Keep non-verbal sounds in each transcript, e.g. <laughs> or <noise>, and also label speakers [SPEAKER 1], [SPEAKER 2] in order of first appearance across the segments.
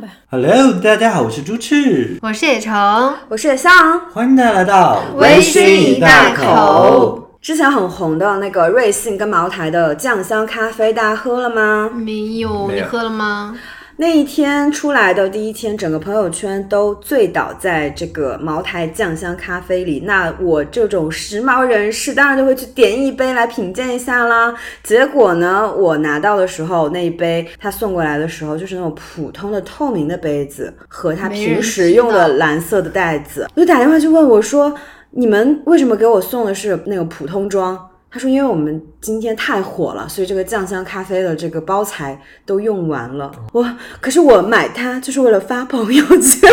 [SPEAKER 1] 吧。
[SPEAKER 2] Hello，大家好，我是朱赤，
[SPEAKER 3] 我是野橙，
[SPEAKER 1] 我是野象，
[SPEAKER 2] 欢迎大家来到
[SPEAKER 3] 微醺一大口。
[SPEAKER 1] 之前很红的那个瑞幸跟茅台的酱香咖啡，大家喝了吗？
[SPEAKER 3] 没有，
[SPEAKER 2] 没有
[SPEAKER 3] 你喝了吗？
[SPEAKER 1] 那一天出来的第一天，整个朋友圈都醉倒在这个茅台酱香咖啡里。那我这种时髦人士，当然就会去点一杯来品鉴一下啦。结果呢，我拿到的时候，那一杯他送过来的时候，就是那种普通的透明的杯子，和他
[SPEAKER 3] 没人
[SPEAKER 1] 平时用
[SPEAKER 3] 知道
[SPEAKER 1] 的蓝色的袋子。我就打电话去问我说：“你们为什么给我送的是那个普通装？”他说：“因为我们今天太火了，所以这个酱香咖啡的这个包材都用完了。我可是我买它就是为了发朋友圈，
[SPEAKER 2] 十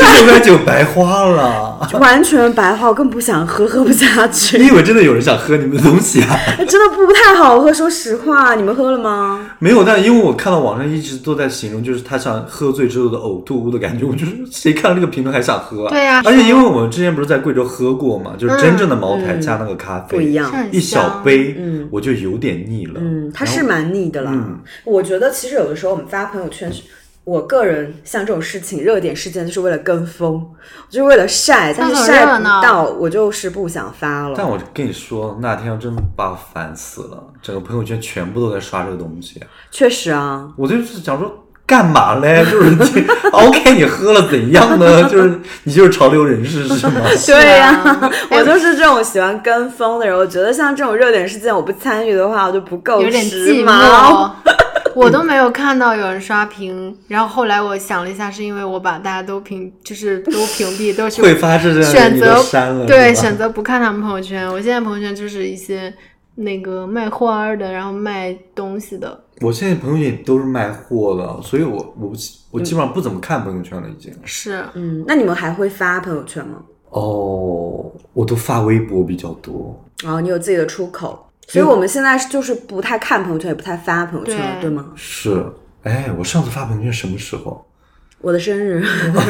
[SPEAKER 2] 九块九白花了。
[SPEAKER 1] 完全白话，我更不想喝，喝不下去
[SPEAKER 2] <laughs> 你，以为真的有人想喝你们的东西啊？
[SPEAKER 1] 真的不太好喝。说实话，你们喝了吗？
[SPEAKER 2] 没有，但因为我看到网上一直都在形容，就是他想喝醉之后的呕吐物的感觉，我就是谁看到这个评论还想喝、啊？
[SPEAKER 3] 对嗯呀
[SPEAKER 2] 而且因为我们之前不是在贵州喝过嘛，就是真正的茅台加那个咖啡、
[SPEAKER 1] 不一，样
[SPEAKER 3] 是。很
[SPEAKER 2] 一小
[SPEAKER 3] 香，
[SPEAKER 2] 杯，
[SPEAKER 3] 嗯
[SPEAKER 2] 我就有点腻了。
[SPEAKER 1] 嗯，它是
[SPEAKER 2] 然后嗯
[SPEAKER 1] 蛮腻的啦。我觉得其实有的时候我们发朋友圈，我个人像这种事情热点事件，就是为了跟风，就是为了晒，但是
[SPEAKER 3] 凑个
[SPEAKER 1] 晒
[SPEAKER 3] 热
[SPEAKER 1] 不
[SPEAKER 3] 闹
[SPEAKER 1] 到，我就是不想发了。
[SPEAKER 2] 但我跟你说，那天真的把我烦死了，整个朋友圈全部都在刷这个东西。
[SPEAKER 1] 确实啊，
[SPEAKER 2] 我就是想说，干嘛嘞？ <laughs> 就是 OK，你喝了怎样呢？ <laughs> 就是你就是潮流人士是
[SPEAKER 1] <laughs>
[SPEAKER 2] 吗？
[SPEAKER 1] 对呀、
[SPEAKER 2] <laughs>
[SPEAKER 3] 啊
[SPEAKER 1] 我就是这种喜欢跟风的人。我觉得像这种热点事件，我不参与的话，我就不够
[SPEAKER 3] 有点
[SPEAKER 1] 时
[SPEAKER 3] 寂
[SPEAKER 1] 髦。
[SPEAKER 3] 寞。 <laughs> 我都没有看到有人刷屏，然后后来我想了一下，是因为我把大家都屏，就是都屏蔽，都是
[SPEAKER 2] 会发这样的
[SPEAKER 3] <laughs> 选
[SPEAKER 2] 你
[SPEAKER 3] 择
[SPEAKER 2] 都删了，
[SPEAKER 3] 对，
[SPEAKER 2] 是吧
[SPEAKER 3] 选择不看他们朋友圈。我现在朋友圈就是一些那个卖花儿的，然后卖东西的。
[SPEAKER 2] 我现在朋友圈也都是卖货的，所以我我不我基本上不怎么看朋友圈了，已经。 <laughs>
[SPEAKER 3] 是，
[SPEAKER 1] 嗯，那你们还会发朋友圈吗？
[SPEAKER 2] 哦，我都发微博比较多。
[SPEAKER 1] 然哦后你有自己的出
[SPEAKER 2] 嗯
[SPEAKER 1] 口，所以我们现在就是不太看朋友圈，也不太发朋友圈了，
[SPEAKER 3] 对！
[SPEAKER 1] 对吗？
[SPEAKER 2] 是，哎，我上次发朋友圈什么时
[SPEAKER 1] <laughs>
[SPEAKER 2] 候？
[SPEAKER 1] 我的生日，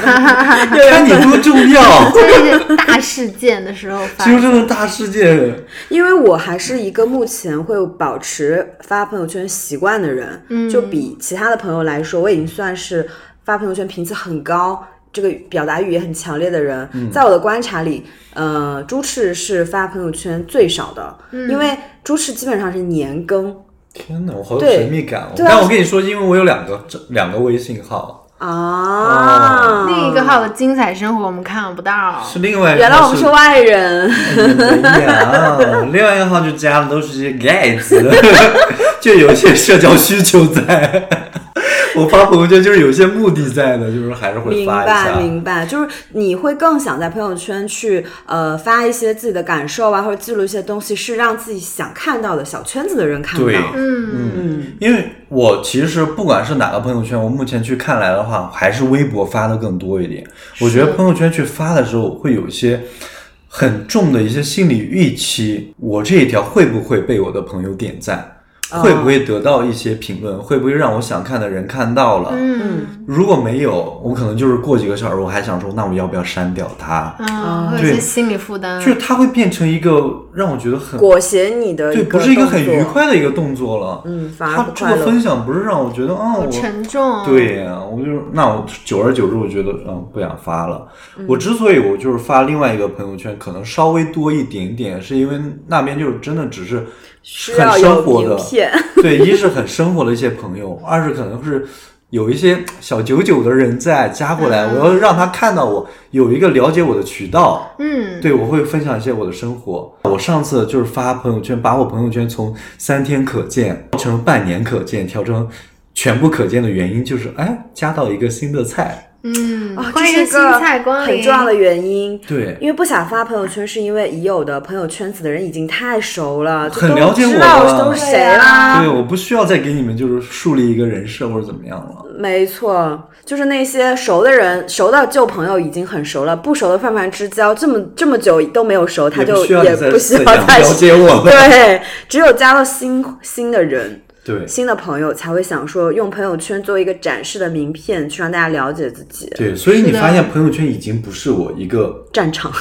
[SPEAKER 2] 看你多重要
[SPEAKER 1] <laughs>
[SPEAKER 3] 这是大事件的时候发
[SPEAKER 2] 只。有这种大事件，
[SPEAKER 1] 因为我还是一个目前会保持发朋友圈习惯的人，
[SPEAKER 3] 嗯
[SPEAKER 1] 就比其他的朋友来说，我已经算是发朋友圈频次很高。这个表达欲也很强烈的人，在我的观察里，呃，朱赤是发朋友圈最少的，因为朱赤基本上是年更
[SPEAKER 2] 天哪，我好有
[SPEAKER 1] 对
[SPEAKER 2] 神秘感哦！
[SPEAKER 1] 对啊
[SPEAKER 2] 但我跟你说，因为我有两个这两个微信号，
[SPEAKER 1] 啊。
[SPEAKER 3] 另一个号的精彩生活我们看不到，
[SPEAKER 2] 是另外一个号
[SPEAKER 1] 原来我们是外人，
[SPEAKER 2] 哎呀，另外一个号就加的都是些 gay 字， <laughs> 就有一些社交需求在。我发朋友圈就是有一些目的在的，就是还是会
[SPEAKER 1] 明
[SPEAKER 2] 发一
[SPEAKER 1] 白
[SPEAKER 2] 下。
[SPEAKER 1] 明白，就是你会更想在朋友圈去呃发一些自己的感受啊，或者记录一些东西，是让自己想看到的小圈子的人看
[SPEAKER 2] 对
[SPEAKER 1] 到。
[SPEAKER 3] 嗯，
[SPEAKER 1] 嗯，
[SPEAKER 2] 因为我其实不管是哪个朋友圈，我目前去看来的话，还是微博发的更多一点。我觉得朋友圈去发的时候，会有一些很重的一些心理预期，我这一条会不会被我的朋友点赞，会不
[SPEAKER 1] 哦
[SPEAKER 2] 会得到一些评论，会不会让我想看的人看到了？
[SPEAKER 3] 嗯
[SPEAKER 2] 如果没有，我可能就是过几个小时，我还想说，那我要不要删掉它？
[SPEAKER 3] 啊，会有
[SPEAKER 2] 对
[SPEAKER 3] 一些心理负担。啊
[SPEAKER 2] 就是它会变成一个让我觉得很
[SPEAKER 1] 裹挟你的
[SPEAKER 2] 对，
[SPEAKER 1] 一个
[SPEAKER 2] 不是一个很
[SPEAKER 1] 动作
[SPEAKER 2] 愉，快的一个动作了。
[SPEAKER 1] 嗯，反而
[SPEAKER 2] 它
[SPEAKER 1] 不
[SPEAKER 2] 这
[SPEAKER 1] 快
[SPEAKER 2] 个
[SPEAKER 1] 乐。
[SPEAKER 2] 分享不是让我觉得啊，
[SPEAKER 3] 好
[SPEAKER 2] 我
[SPEAKER 3] 沉重、
[SPEAKER 1] 哦
[SPEAKER 3] 啊。，
[SPEAKER 2] 对呀、我就那我久而久之，我觉得嗯不想发了。
[SPEAKER 1] 嗯
[SPEAKER 2] 我之所以我就是发另外一个朋友圈，可能稍微多一点点，是因为那边就是真的只是
[SPEAKER 1] 需
[SPEAKER 2] 很
[SPEAKER 1] 要
[SPEAKER 2] 生
[SPEAKER 1] 有
[SPEAKER 2] 活的
[SPEAKER 1] 名，片，
[SPEAKER 2] <laughs> 对，一是很生活的一些朋友，二是可能是有一些小九九的人在加过
[SPEAKER 1] 嗯
[SPEAKER 2] 来，我要让他看到我有一个了解我的渠道。
[SPEAKER 3] 嗯，
[SPEAKER 2] 对，我会分享一些我的生活。我上次就是发朋友圈，把我朋友圈从三天可见调成半年可见，调成全部可见的原因就是，哎，加到一个新的哦菜。
[SPEAKER 3] 嗯，
[SPEAKER 1] 啊
[SPEAKER 3] 欢
[SPEAKER 1] 这
[SPEAKER 3] 迎
[SPEAKER 1] 是
[SPEAKER 3] 新
[SPEAKER 1] 个
[SPEAKER 3] 菜光临，
[SPEAKER 1] 很重要的原因。
[SPEAKER 2] 对，
[SPEAKER 1] 因为不想发朋友圈，是因为已有的朋友圈子的人已经太熟了，就
[SPEAKER 2] 很
[SPEAKER 1] 都
[SPEAKER 2] 了解
[SPEAKER 1] 知
[SPEAKER 2] 我
[SPEAKER 1] 道
[SPEAKER 2] 了
[SPEAKER 1] 都是谁
[SPEAKER 3] 对
[SPEAKER 1] 啦
[SPEAKER 3] 啊。
[SPEAKER 2] 对，我不需要再给你们就是树立一个人设或者怎么样了。
[SPEAKER 1] 没错，就是那些熟的人，熟到旧朋友已经很熟了，不熟的泛泛之交，这么这么久都没有熟，他
[SPEAKER 2] 也不
[SPEAKER 1] 就
[SPEAKER 2] 需要
[SPEAKER 1] 也
[SPEAKER 2] 你再
[SPEAKER 1] 不需
[SPEAKER 2] 怎
[SPEAKER 1] 要
[SPEAKER 2] 样
[SPEAKER 1] 再
[SPEAKER 2] 了解我
[SPEAKER 1] <laughs>
[SPEAKER 2] 了。
[SPEAKER 1] 对，只有加了新新的人、
[SPEAKER 2] 对，
[SPEAKER 1] 新的朋友，才会想说用朋友圈作为一个展示的名片，去让大家了解自己。
[SPEAKER 2] 对，所以
[SPEAKER 3] 是
[SPEAKER 2] 你
[SPEAKER 3] 的
[SPEAKER 2] 发现朋友圈已经不是我一个
[SPEAKER 1] 战场，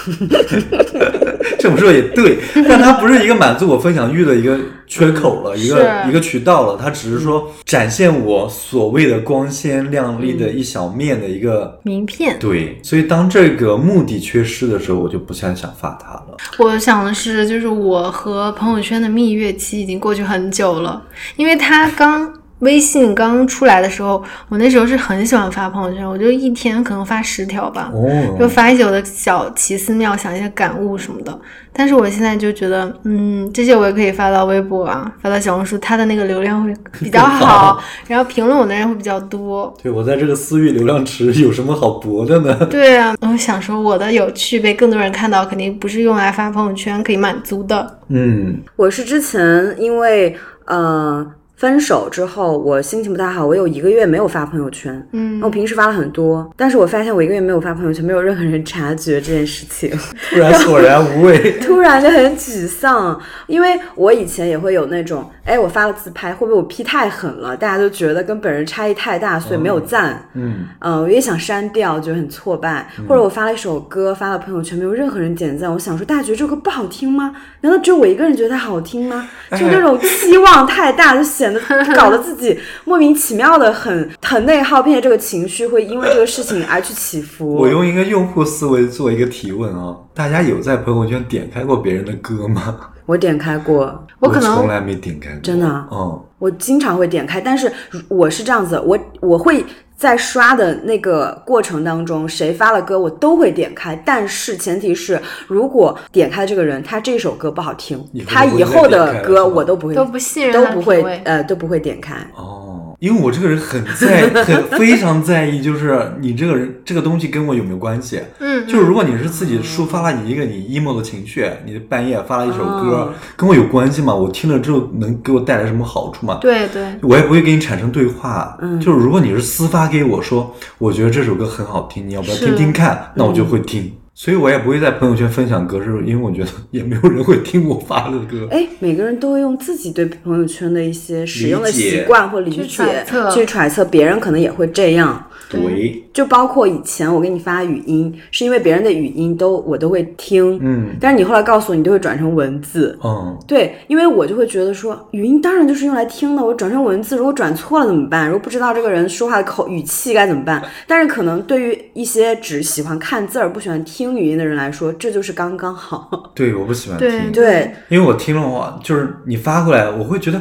[SPEAKER 2] 这么说也对，但它不是一个满足我分享欲的一个缺口了，一个
[SPEAKER 3] 是
[SPEAKER 2] 一个渠道了，它只是说展现我所谓的光鲜亮丽的一小面的一个。
[SPEAKER 3] 名片。
[SPEAKER 2] 对，所以当这个目的缺失的时候，我就不想想发它了。
[SPEAKER 3] 我想的是，就是我和朋友圈的蜜月期已经过去很久了，因为它刚微信刚出来的时候，我那时候是很喜欢发朋友圈，我就一天可能发十条吧。就
[SPEAKER 2] 哦，
[SPEAKER 3] 发一些我的小奇思妙想、一些感悟什么的。但是我现在就觉得，嗯，这些我也可以发到微博啊，发到小红书，它的那个流量会
[SPEAKER 2] <laughs>
[SPEAKER 3] 比较好
[SPEAKER 2] 好，
[SPEAKER 3] 然后评论我的人会比较多。
[SPEAKER 2] 对我在这个私域流量池有什么好博的呢？
[SPEAKER 3] 对啊，我想说我的有趣被更多人看到，肯定不是用来发朋友圈可以满足的。
[SPEAKER 2] <laughs> 嗯，
[SPEAKER 1] <laughs> 我是之前因为呃分手之后，我心情不太好，我有一个月没有发朋友圈。
[SPEAKER 3] 嗯
[SPEAKER 1] 那我平时发了很多，但是我发现我一个月没有发朋友圈，没有任何人察觉这件事情，
[SPEAKER 2] 突然索然无味。
[SPEAKER 1] 突然就很沮丧。因为我以前也会有那种，哎，我发了自拍，会不会我 P 太狠了？大家都觉得跟本人差异太大，所以没有赞。
[SPEAKER 2] 嗯，
[SPEAKER 1] 嗯、我也想删掉，觉得很挫败。或者我发了一首歌，发了朋友圈，没有任何人点赞，我想说，大家觉得这首歌不好听吗？难道只有我一个人觉得它好听吗？
[SPEAKER 2] 哎
[SPEAKER 1] 就那种期望太大，就显得搞得自己莫名其妙的很很内耗，并且这个情绪会因为这个事情而去起伏。
[SPEAKER 2] <laughs> 我用一个用户思维做一个提问啊、大家有在朋友圈点开过别人的歌吗？
[SPEAKER 1] 我点开过，
[SPEAKER 3] 我可
[SPEAKER 2] 从
[SPEAKER 3] 能
[SPEAKER 2] 来没点开过，
[SPEAKER 1] 真的啊
[SPEAKER 2] 哦，
[SPEAKER 1] 我经常会点开，但是如我是这样子，我我会在刷的那个过程当中，谁发了歌我都会点开，但是前提是如果点开这个人他这首歌不好听
[SPEAKER 2] 以，后
[SPEAKER 1] 他
[SPEAKER 2] 就不
[SPEAKER 1] 以
[SPEAKER 2] 会
[SPEAKER 1] 后
[SPEAKER 2] 再点
[SPEAKER 1] 的
[SPEAKER 2] 开了
[SPEAKER 1] 歌
[SPEAKER 2] 是吧
[SPEAKER 1] 我都不会
[SPEAKER 3] 都不信任
[SPEAKER 1] 都
[SPEAKER 3] 他的
[SPEAKER 1] 不
[SPEAKER 3] 品
[SPEAKER 1] 会
[SPEAKER 3] 味。
[SPEAKER 1] 呃都不会点开。
[SPEAKER 2] 哦，因为我这个人很在很非常在意，就是你这个人这个东西跟我有没有关系？
[SPEAKER 3] 嗯，
[SPEAKER 2] 就是如果你是自己抒发了你一个你 emo 的情绪，你半夜发了一首歌
[SPEAKER 1] 哦，
[SPEAKER 2] 跟我有关系吗？我听了之后能给我带来什么好处吗？
[SPEAKER 3] 对嗯对，
[SPEAKER 2] 我也不会跟你产生对话。就是如果你是私发给我说，我觉得这首歌很好听，你要不要
[SPEAKER 3] 是嗯
[SPEAKER 2] 听听看？那我就会听。所以我也不会在朋友圈分享歌，是因为我觉得也没有人会听我发的歌。
[SPEAKER 1] 哎，每个人都会用自己对朋友圈的一些使用的
[SPEAKER 2] 理解
[SPEAKER 1] 习惯或理解
[SPEAKER 3] 去揣测
[SPEAKER 1] 去揣测别人可能也会这样。
[SPEAKER 2] 对，
[SPEAKER 1] 就包括以前我给你发语音，是因为别人的语音都我都会听，
[SPEAKER 2] 嗯
[SPEAKER 1] 但是你后来告诉我，你都会转成文字。
[SPEAKER 2] 嗯，
[SPEAKER 1] 对，因为我就会觉得说，语音当然就是用来听的。我转成文字，如果转错了怎么办？如果不知道这个人说话的口语气该怎么办？但是可能对于一些只喜欢看字儿不喜欢听语音的人来说，这就是刚刚好。
[SPEAKER 2] 对，我不喜欢
[SPEAKER 3] 对
[SPEAKER 2] 听，
[SPEAKER 1] 对，
[SPEAKER 2] 因为我听了话，就是你发过来，我会觉得，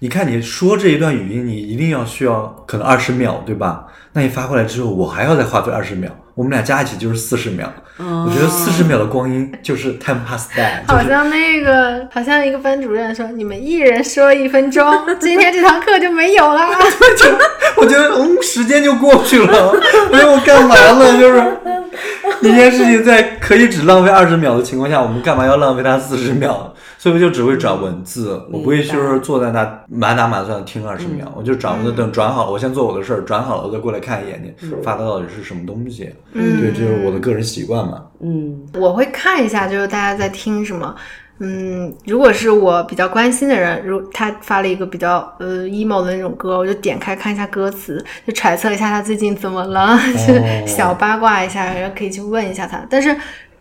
[SPEAKER 2] 你看你说这一段语音，你一定要需要可能二十秒，对吧？那你发过来之后，我还要再花费二十秒，我们俩加一起就是四十秒。我觉得四十秒的光阴就是 time pass by，就
[SPEAKER 3] 好
[SPEAKER 2] 是
[SPEAKER 3] 像那个好像一个班主任说，你们一人说一分钟，今天这堂课就没有 <laughs> 了。
[SPEAKER 2] <laughs> 我觉得嗯，时间就过去了， <laughs> 没有干嘛
[SPEAKER 3] <laughs>
[SPEAKER 2] 呢？就是一件事情在可以只浪费二十秒的情况下，我们干嘛要浪费它四十秒？所以我就只会转文字，我不会就是坐在那满打满算地听二十
[SPEAKER 3] 嗯
[SPEAKER 2] 秒，我就转文字，等转好了，我先做我的事儿，转好了我再过来看一眼你发的到底是什么东西。
[SPEAKER 3] 嗯
[SPEAKER 2] 对，这就是我的个人习惯嘛。
[SPEAKER 1] 嗯，
[SPEAKER 3] 我会看一下，就是大家在听什么。嗯，如果是我比较关心的人，如他发了一个比较呃 emo 的那种歌，我就点开看一下歌词，就揣测一下他最近怎么了，就是小八卦一下，然后可以去问一下他。但是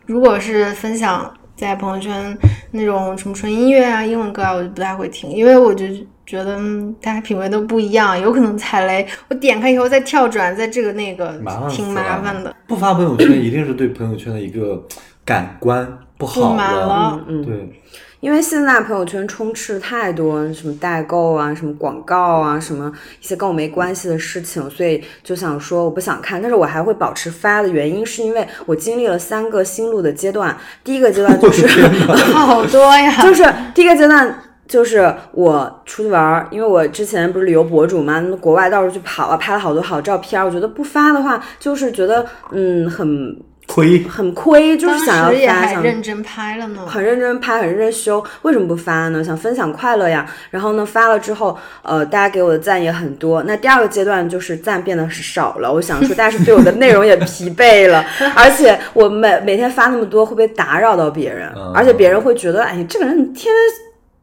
[SPEAKER 3] 如果是分享在朋友圈那种什么纯音乐啊、英文歌啊，我就不太会听，因为我就觉得、嗯、大家品味都不一样，有可能踩雷。我点开以后再跳转，在这个那个
[SPEAKER 2] 麻烦死
[SPEAKER 3] 挺
[SPEAKER 2] 了
[SPEAKER 3] 麻烦的，
[SPEAKER 2] 不发朋友圈一定是对朋友圈的一个感官不
[SPEAKER 3] 不
[SPEAKER 2] 好
[SPEAKER 3] 满
[SPEAKER 2] 了。
[SPEAKER 3] 了。
[SPEAKER 2] 对，
[SPEAKER 1] 因为现在朋友圈充斥太多什么代购啊、什么广告啊、什么一些跟我没关系的事情，所以就想说我不想看，但是我还会保持发的原因是因为我经历了三个心路的阶段，第一个阶段就是。
[SPEAKER 3] 好多呀，
[SPEAKER 1] <laughs> 就是第一个阶段。就是我出去玩儿，因为我之前不是旅游博主嘛，那国外到处去跑啊，拍了好多好照片儿。我觉得不发的话，就是觉得嗯很
[SPEAKER 2] 亏。
[SPEAKER 1] 很亏，就是想
[SPEAKER 3] 当时也
[SPEAKER 1] 要发，
[SPEAKER 3] 还
[SPEAKER 1] 想
[SPEAKER 3] 认真拍了呢。
[SPEAKER 1] 很认真拍，很认真修，为什么不发呢？想分享快乐呀。然后呢，发了之后，呃，大家给我的赞也很多。那第二个阶段就是赞变得少了，我想说，大家是对我的内容也疲惫了，而且我每每天发那么多，会不会打扰到别人？而且别人会觉得，哎，这个人天天。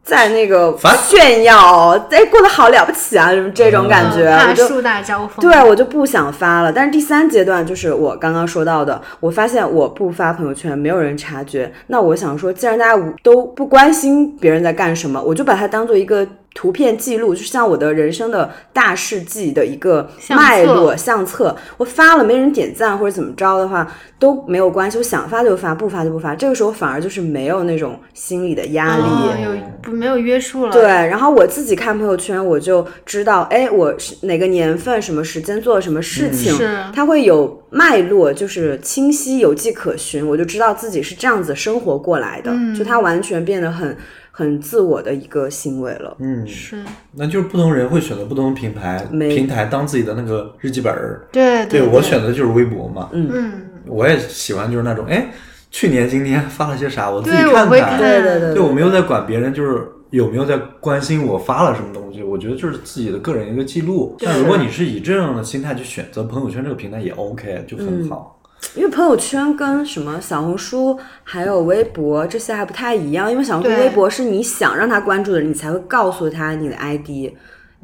[SPEAKER 1] 在那个
[SPEAKER 2] 烦
[SPEAKER 1] 炫耀，哎，过得好了不起啊，什么这种感觉，啊我
[SPEAKER 3] 怕
[SPEAKER 1] 就
[SPEAKER 3] 树大招风。
[SPEAKER 1] 对啊我就不想发了。但是第三阶段就是我刚刚说到的，我发现我不发朋友圈，没有人察觉。那我想说，既然大家无都不关心别人在干什么，我就把它当做一个图片记录，就像我的人生的大事记的一个
[SPEAKER 3] 相册
[SPEAKER 1] 脉络相册。我发了没人点赞或者怎么着的话都没有关系，我想发就发，不发就不发。这个时候反而就是没有那种心理的压力。
[SPEAKER 3] 哦，有不没有约束了？
[SPEAKER 1] 对，，然后我自己看朋友圈，我就知道，哎，我是哪个年份、什么时间做了什么事情，
[SPEAKER 3] 是
[SPEAKER 1] 它会有脉络，就是清晰、有迹可循，我就知道自己是这样子生活过来的，就它完全变得很很自我的一个行为了。
[SPEAKER 2] 嗯，
[SPEAKER 3] 是，
[SPEAKER 2] 那就是不同人会选择不同的平台，
[SPEAKER 1] 没
[SPEAKER 2] 平台当自己的那个日记本儿。
[SPEAKER 3] 对
[SPEAKER 2] 对
[SPEAKER 3] 对
[SPEAKER 2] 我选择就是微博嘛，
[SPEAKER 3] 嗯，
[SPEAKER 2] 我也喜欢就是那种，哎，去年今天发了些啥，我自己
[SPEAKER 3] 对我
[SPEAKER 2] 看
[SPEAKER 3] 会
[SPEAKER 2] 看。
[SPEAKER 1] 对对对
[SPEAKER 2] 对，我没有在管别人，就是有没有在关心我发了什么东西。我觉得就是自己的个人一个记录。但如果你是以这样的心态去选择朋友圈这个平台，也 OK，就很好。
[SPEAKER 1] 因为朋友圈跟什么小红书还有微博这些还不太一样，因为小红书、
[SPEAKER 3] 对
[SPEAKER 1] 微博是你想让他关注的人，你才会告诉他你的 ID。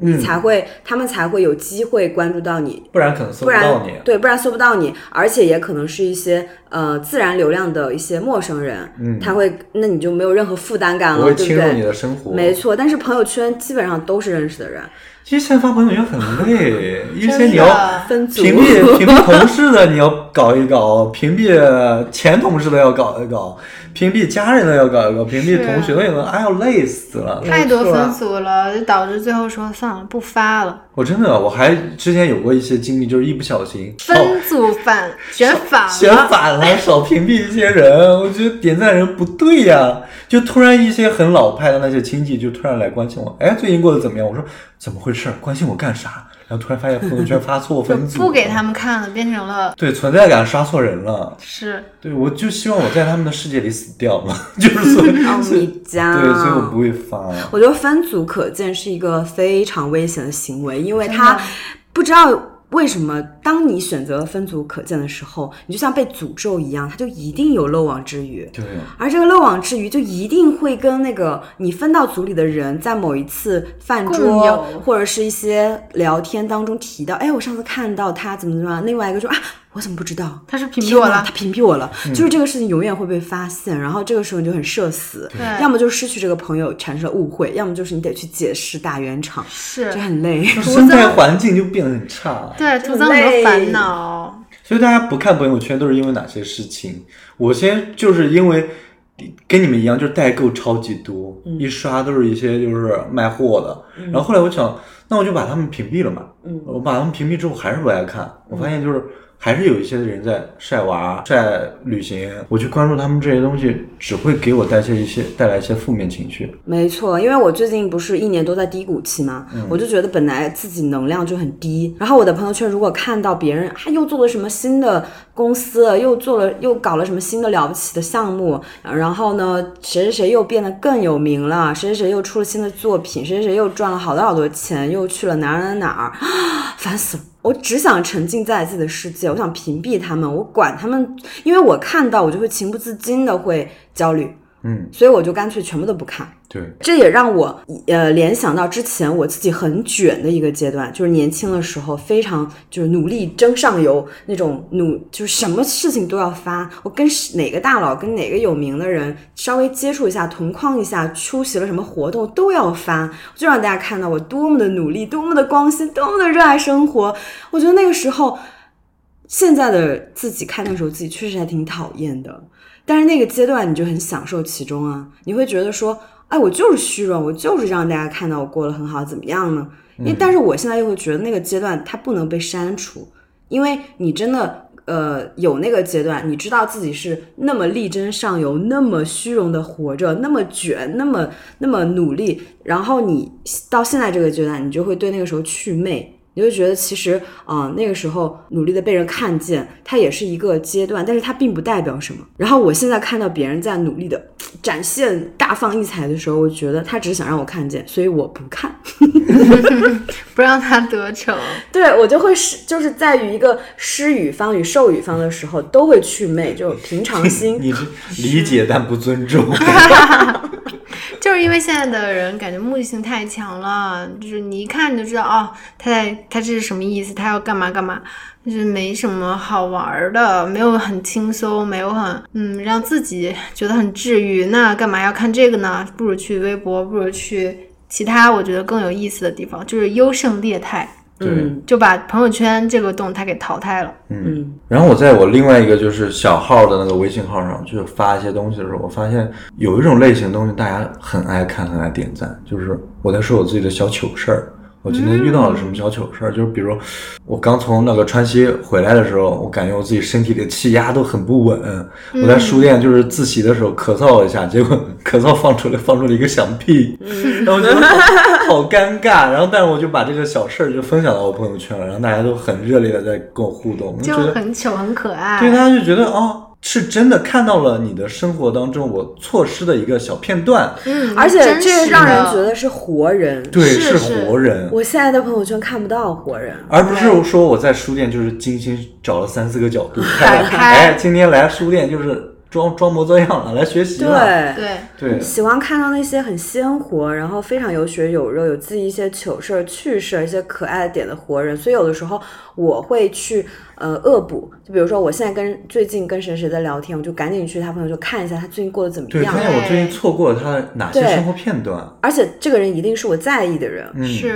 [SPEAKER 1] 你才会，他们才会有机会关注到你，
[SPEAKER 2] 不然可能搜
[SPEAKER 1] 不
[SPEAKER 2] 不
[SPEAKER 1] 然
[SPEAKER 2] 到你。
[SPEAKER 1] 对，不然搜不到你，而且也可能是一些呃自然流量的一些陌生人，
[SPEAKER 2] 嗯
[SPEAKER 1] 他会，那你就没有任何负担感
[SPEAKER 2] 不
[SPEAKER 1] 了，
[SPEAKER 2] 会侵
[SPEAKER 1] 对
[SPEAKER 2] 入你
[SPEAKER 1] 不
[SPEAKER 2] 的生活。
[SPEAKER 1] 对？没错，但是朋友圈基本上都是认识的人，
[SPEAKER 2] 其实现在发朋友圈很累，因为
[SPEAKER 3] 真
[SPEAKER 2] 现在你要
[SPEAKER 3] 的
[SPEAKER 1] 分组
[SPEAKER 2] 屏蔽屏蔽同事的你要搞一搞，屏蔽前同事的要搞一搞，屏蔽家人的要搞一搞，屏蔽
[SPEAKER 3] 是啊
[SPEAKER 2] 同学的也能，哎呦累死了。
[SPEAKER 3] 太多
[SPEAKER 1] 没错
[SPEAKER 3] 分组了，就导致最后说算了，不发
[SPEAKER 1] 哦
[SPEAKER 3] 了。
[SPEAKER 2] 我真的我还之前有过一些经历，就是一不小心哦
[SPEAKER 3] 分组反选反了，
[SPEAKER 2] 选反了，少屏蔽一些人，我觉得点赞人不对呀、就突然一些很老派的那些亲戚就突然来关心我，哎，最近过得怎么样？我说怎么回事？关心我干啥？然后突然发现朋友圈发错
[SPEAKER 3] 就
[SPEAKER 2] 分组，
[SPEAKER 3] 不给他们看了，变成了
[SPEAKER 2] 对存在感刷错人了。
[SPEAKER 3] 是
[SPEAKER 2] 对，我就希望我在他们的世界里死掉嘛， <laughs> <laughs> 就是所以，
[SPEAKER 1] 奥
[SPEAKER 2] 所以
[SPEAKER 1] 米加，
[SPEAKER 2] 对，所以我不会发。
[SPEAKER 1] 哦我觉得分组可见是一个非常危险的行为，因为
[SPEAKER 3] 真
[SPEAKER 1] 他
[SPEAKER 3] 的
[SPEAKER 1] 不知道为什么，当你选择分组可见的时候，你就像被诅咒一样，他就一定有漏网之鱼。
[SPEAKER 2] 对，
[SPEAKER 1] 而这个漏网之鱼就一定会跟那个你分到组里的人，在某一次饭
[SPEAKER 3] 共
[SPEAKER 1] 桌
[SPEAKER 3] 有
[SPEAKER 1] 或者是一些聊天当中提到，哎，我上次看到他怎么怎么样，另外一个说啊，我怎么不知道？
[SPEAKER 3] 他是屏蔽我
[SPEAKER 1] 天哪
[SPEAKER 3] 了
[SPEAKER 1] 他，屏蔽我了，就是这个事情永远会被发现，然后这个时候你就很社死，
[SPEAKER 3] 对
[SPEAKER 1] 要么就失去这个朋友产生了误会，要么就是你得去解释大圆场，
[SPEAKER 3] 是
[SPEAKER 1] 就很累。
[SPEAKER 2] 生态环境就变得很差。
[SPEAKER 3] 对徒增很多烦恼，
[SPEAKER 2] 所以大家不看朋友圈都是因为哪些事情？我先就是因为跟你们一样，就是代购超级多，一刷都是一些就是卖货的。然后后来我想，那我就把他们屏蔽了嘛。
[SPEAKER 1] 嗯
[SPEAKER 2] 我把他们屏蔽之后，还是不爱看。我发现就是还是有一些人在晒娃、晒旅行，我去关注他们这些东西，只会给我带些一些带来一些负面情绪。
[SPEAKER 1] 没错，因为我最近不是一年都在低谷期嘛，我就觉得本来自己能量就很低，然后我的朋友圈如果看到别人啊又做了什么新的公司了，又做了又搞了什么新的了不起的项目，呃然后呢谁谁谁又变得更有名了，谁谁谁又出了新的作品，谁谁谁又赚了好多好多钱，又去了哪儿哪儿哪儿，啊烦死了。我只想沉浸在自己的世界，我想屏蔽他们，我管他们，因为我看到我就会情不自禁的会焦虑，
[SPEAKER 2] 嗯，
[SPEAKER 1] 所以我就干脆全部都不看。
[SPEAKER 2] 对，
[SPEAKER 1] 这也让我呃联想到之前我自己很卷的一个阶段，就是年轻的时候非常就是努力争上游那种努，就是什么事情都要发。我跟哪个大佬、跟哪个有名的人稍微接触一下、同框一下，出席了什么活动都要发，就让大家看到我多么的努力、多么的光鲜、多么的热爱生活。我觉得那个时候，现在的自己看那个时候自己确实还挺讨厌的。但是那个阶段你就很享受其中啊，你会觉得说，哎，我就是虚荣，我就是让大家看到我过得很好，怎么样呢？因为但是我现在又会觉得那个阶段它不能被删除，因为你真的呃有那个阶段，你知道自己是那么力争上游，那么虚荣的活着，那么卷，那么那么努力，然后你到现在这个阶段，你就会对那个时候祛魅。你就觉得其实啊、那个时候努力的被人看见，它也是一个阶段，但是它并不代表什么。然后我现在看到别人在努力的展现大放异彩的时候，我觉得他只是想让我看见，所以我不看。
[SPEAKER 3] 不让他得逞，
[SPEAKER 1] 对我就会是就是在于一个施与方与受与方的时候，都会祛魅，就平常心。
[SPEAKER 2] 你是理解但不尊重。
[SPEAKER 3] 就就是因为现在的人感觉目的性太强了，就是你一看就知道哦，他在他这是什么意思，他要干嘛干嘛，就是没什么好玩儿的，没有很轻松，没有很嗯让自己觉得很治愈。那干嘛要看这个呢？不如去微博，不如去其他我觉得更有意思的地方，就是优胜劣汰，
[SPEAKER 2] 对，
[SPEAKER 1] 嗯
[SPEAKER 3] 就把朋友圈这个动态给淘汰了。
[SPEAKER 1] 嗯
[SPEAKER 2] 然后我在我另外一个就是小号的那个微信号上，就是发一些东西的时候，我发现有一种类型的东西大家很爱看，很爱点赞，就是我在说我自己的小糗事儿。我今天遇到了什么小糗事儿？就是比如我刚从那个川西回来的时候，我感觉我自己身体里的气压都很不稳。
[SPEAKER 3] 嗯
[SPEAKER 2] 我在书店就是自习的时候咳嗽了一下，结果咳嗽放出来放出了一个响屁，
[SPEAKER 3] 嗯
[SPEAKER 2] 然后我觉得好好尴尬。然后但是我就把这个小事儿就分享到我朋友圈了，然后大家都很热烈的在跟我互动，我
[SPEAKER 3] 就
[SPEAKER 2] 觉得
[SPEAKER 3] 很糗，很可爱。
[SPEAKER 2] 对，他就觉得哦，是真的看到了你的生活当中我错失的一个小片段，
[SPEAKER 3] 嗯，
[SPEAKER 1] <laughs> 而且
[SPEAKER 3] 真
[SPEAKER 1] 这
[SPEAKER 3] 实
[SPEAKER 1] 让
[SPEAKER 3] 的
[SPEAKER 1] 人觉得是活人。
[SPEAKER 2] 对，
[SPEAKER 3] 是
[SPEAKER 2] 是
[SPEAKER 3] 是
[SPEAKER 2] 活人，
[SPEAKER 1] 我现在的朋友圈看不到活人，
[SPEAKER 2] 而不是说我在书店就是精心找了三四个角度看
[SPEAKER 3] 摆
[SPEAKER 2] 了，
[SPEAKER 3] 开
[SPEAKER 2] 哎，今天来书店就是装装模作样了，来学习了，
[SPEAKER 1] 对。嗯
[SPEAKER 3] 对，
[SPEAKER 2] 对
[SPEAKER 1] 喜欢看到那些很鲜活，然后非常有血有肉，有自己一些糗事儿、趣事儿、一些可爱的点的活人。所以有的时候我会去呃恶补，就比如说我现在跟最近跟谁谁在聊天，我就赶紧去他朋友圈看一下他最近过得怎么
[SPEAKER 2] 对，
[SPEAKER 1] 样
[SPEAKER 2] 发。现我最近错过了他的哪些
[SPEAKER 1] 对
[SPEAKER 2] 生活片段，
[SPEAKER 1] 而且这个人一定是我在意的人，
[SPEAKER 2] 嗯
[SPEAKER 3] 是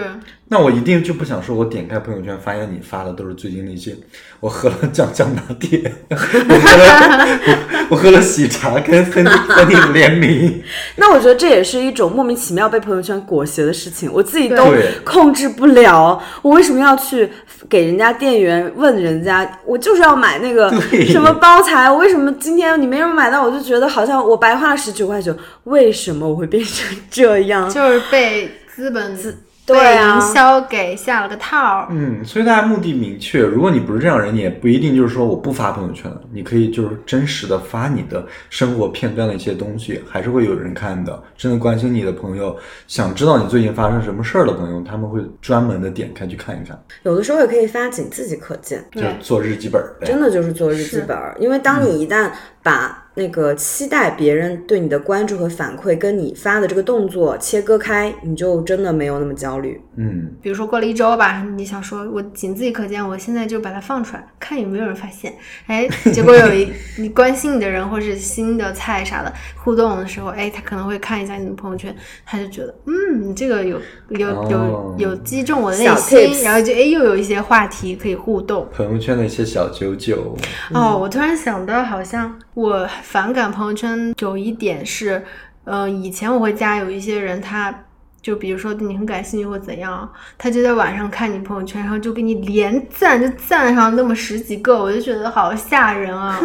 [SPEAKER 2] 那我一定就不想说，我点开朋友圈发现你发的都是最近那些，我喝了 <laughs> 酱香拿铁， <laughs> 我喝了 <laughs> 我我喝了喜茶跟 <laughs> 芬芬宁联名。
[SPEAKER 1] 那我觉得这也是一种莫名其妙被朋友圈裹挟的事情，我自己都
[SPEAKER 2] 对
[SPEAKER 1] 控制不了。我为什么要去给人家店员问人家？我就是要买那个
[SPEAKER 2] 对
[SPEAKER 1] 什么包材，我为什么今天你没有买到，我就觉得好像我白花了十九块九？为什么我会变成这样？
[SPEAKER 3] 就是被资本
[SPEAKER 1] 嗯对
[SPEAKER 3] 被
[SPEAKER 1] 啊
[SPEAKER 3] 营销给下了个套儿。
[SPEAKER 2] 嗯，所以大家目的明确。如果你不是这样人，你也不一定就是说我不发朋友圈了，你可以就是真实的发你的生活片段的一些东西，还是会有人看的。真的关心你的朋友，想知道你最近发生什么事儿的朋友，他们会专门的点开去看一看，
[SPEAKER 1] 有的时候也可以发仅自己可见。
[SPEAKER 2] 就
[SPEAKER 3] 对
[SPEAKER 2] 做日记本儿呗。
[SPEAKER 1] 真的就是做日记
[SPEAKER 3] 是
[SPEAKER 1] 本儿，因为当你一旦把那个期待别人对你的关注和反馈跟你发的这个动作切割开，你就真的没有那么焦虑。
[SPEAKER 2] 嗯。
[SPEAKER 3] 比如说过了一周吧，你想说我仅自己可见，我现在就把它放出来，看有没有人发现。
[SPEAKER 1] <laughs>
[SPEAKER 3] 哎，结果有一你关心你的人或是新的菜啥的互动的时候，哎，他可能会看一下你的朋友圈，他就觉得嗯，你这个有有
[SPEAKER 2] 哦
[SPEAKER 3] 有有击中我的内
[SPEAKER 1] 小
[SPEAKER 3] 心，
[SPEAKER 1] tips
[SPEAKER 3] 然后就哎又有一些话题可以互动。
[SPEAKER 2] 朋友圈的一些小九九， <laughs>
[SPEAKER 3] 哦，我突然想到，好像我反感朋友圈有一点是，呃，以前我会加有一些人，他就比如说对你很感兴趣或怎样，他就在晚上看你朋友圈，然后就给你连赞，就赞上那么十几个，我就觉得好吓人
[SPEAKER 2] <laughs>
[SPEAKER 3] 啊！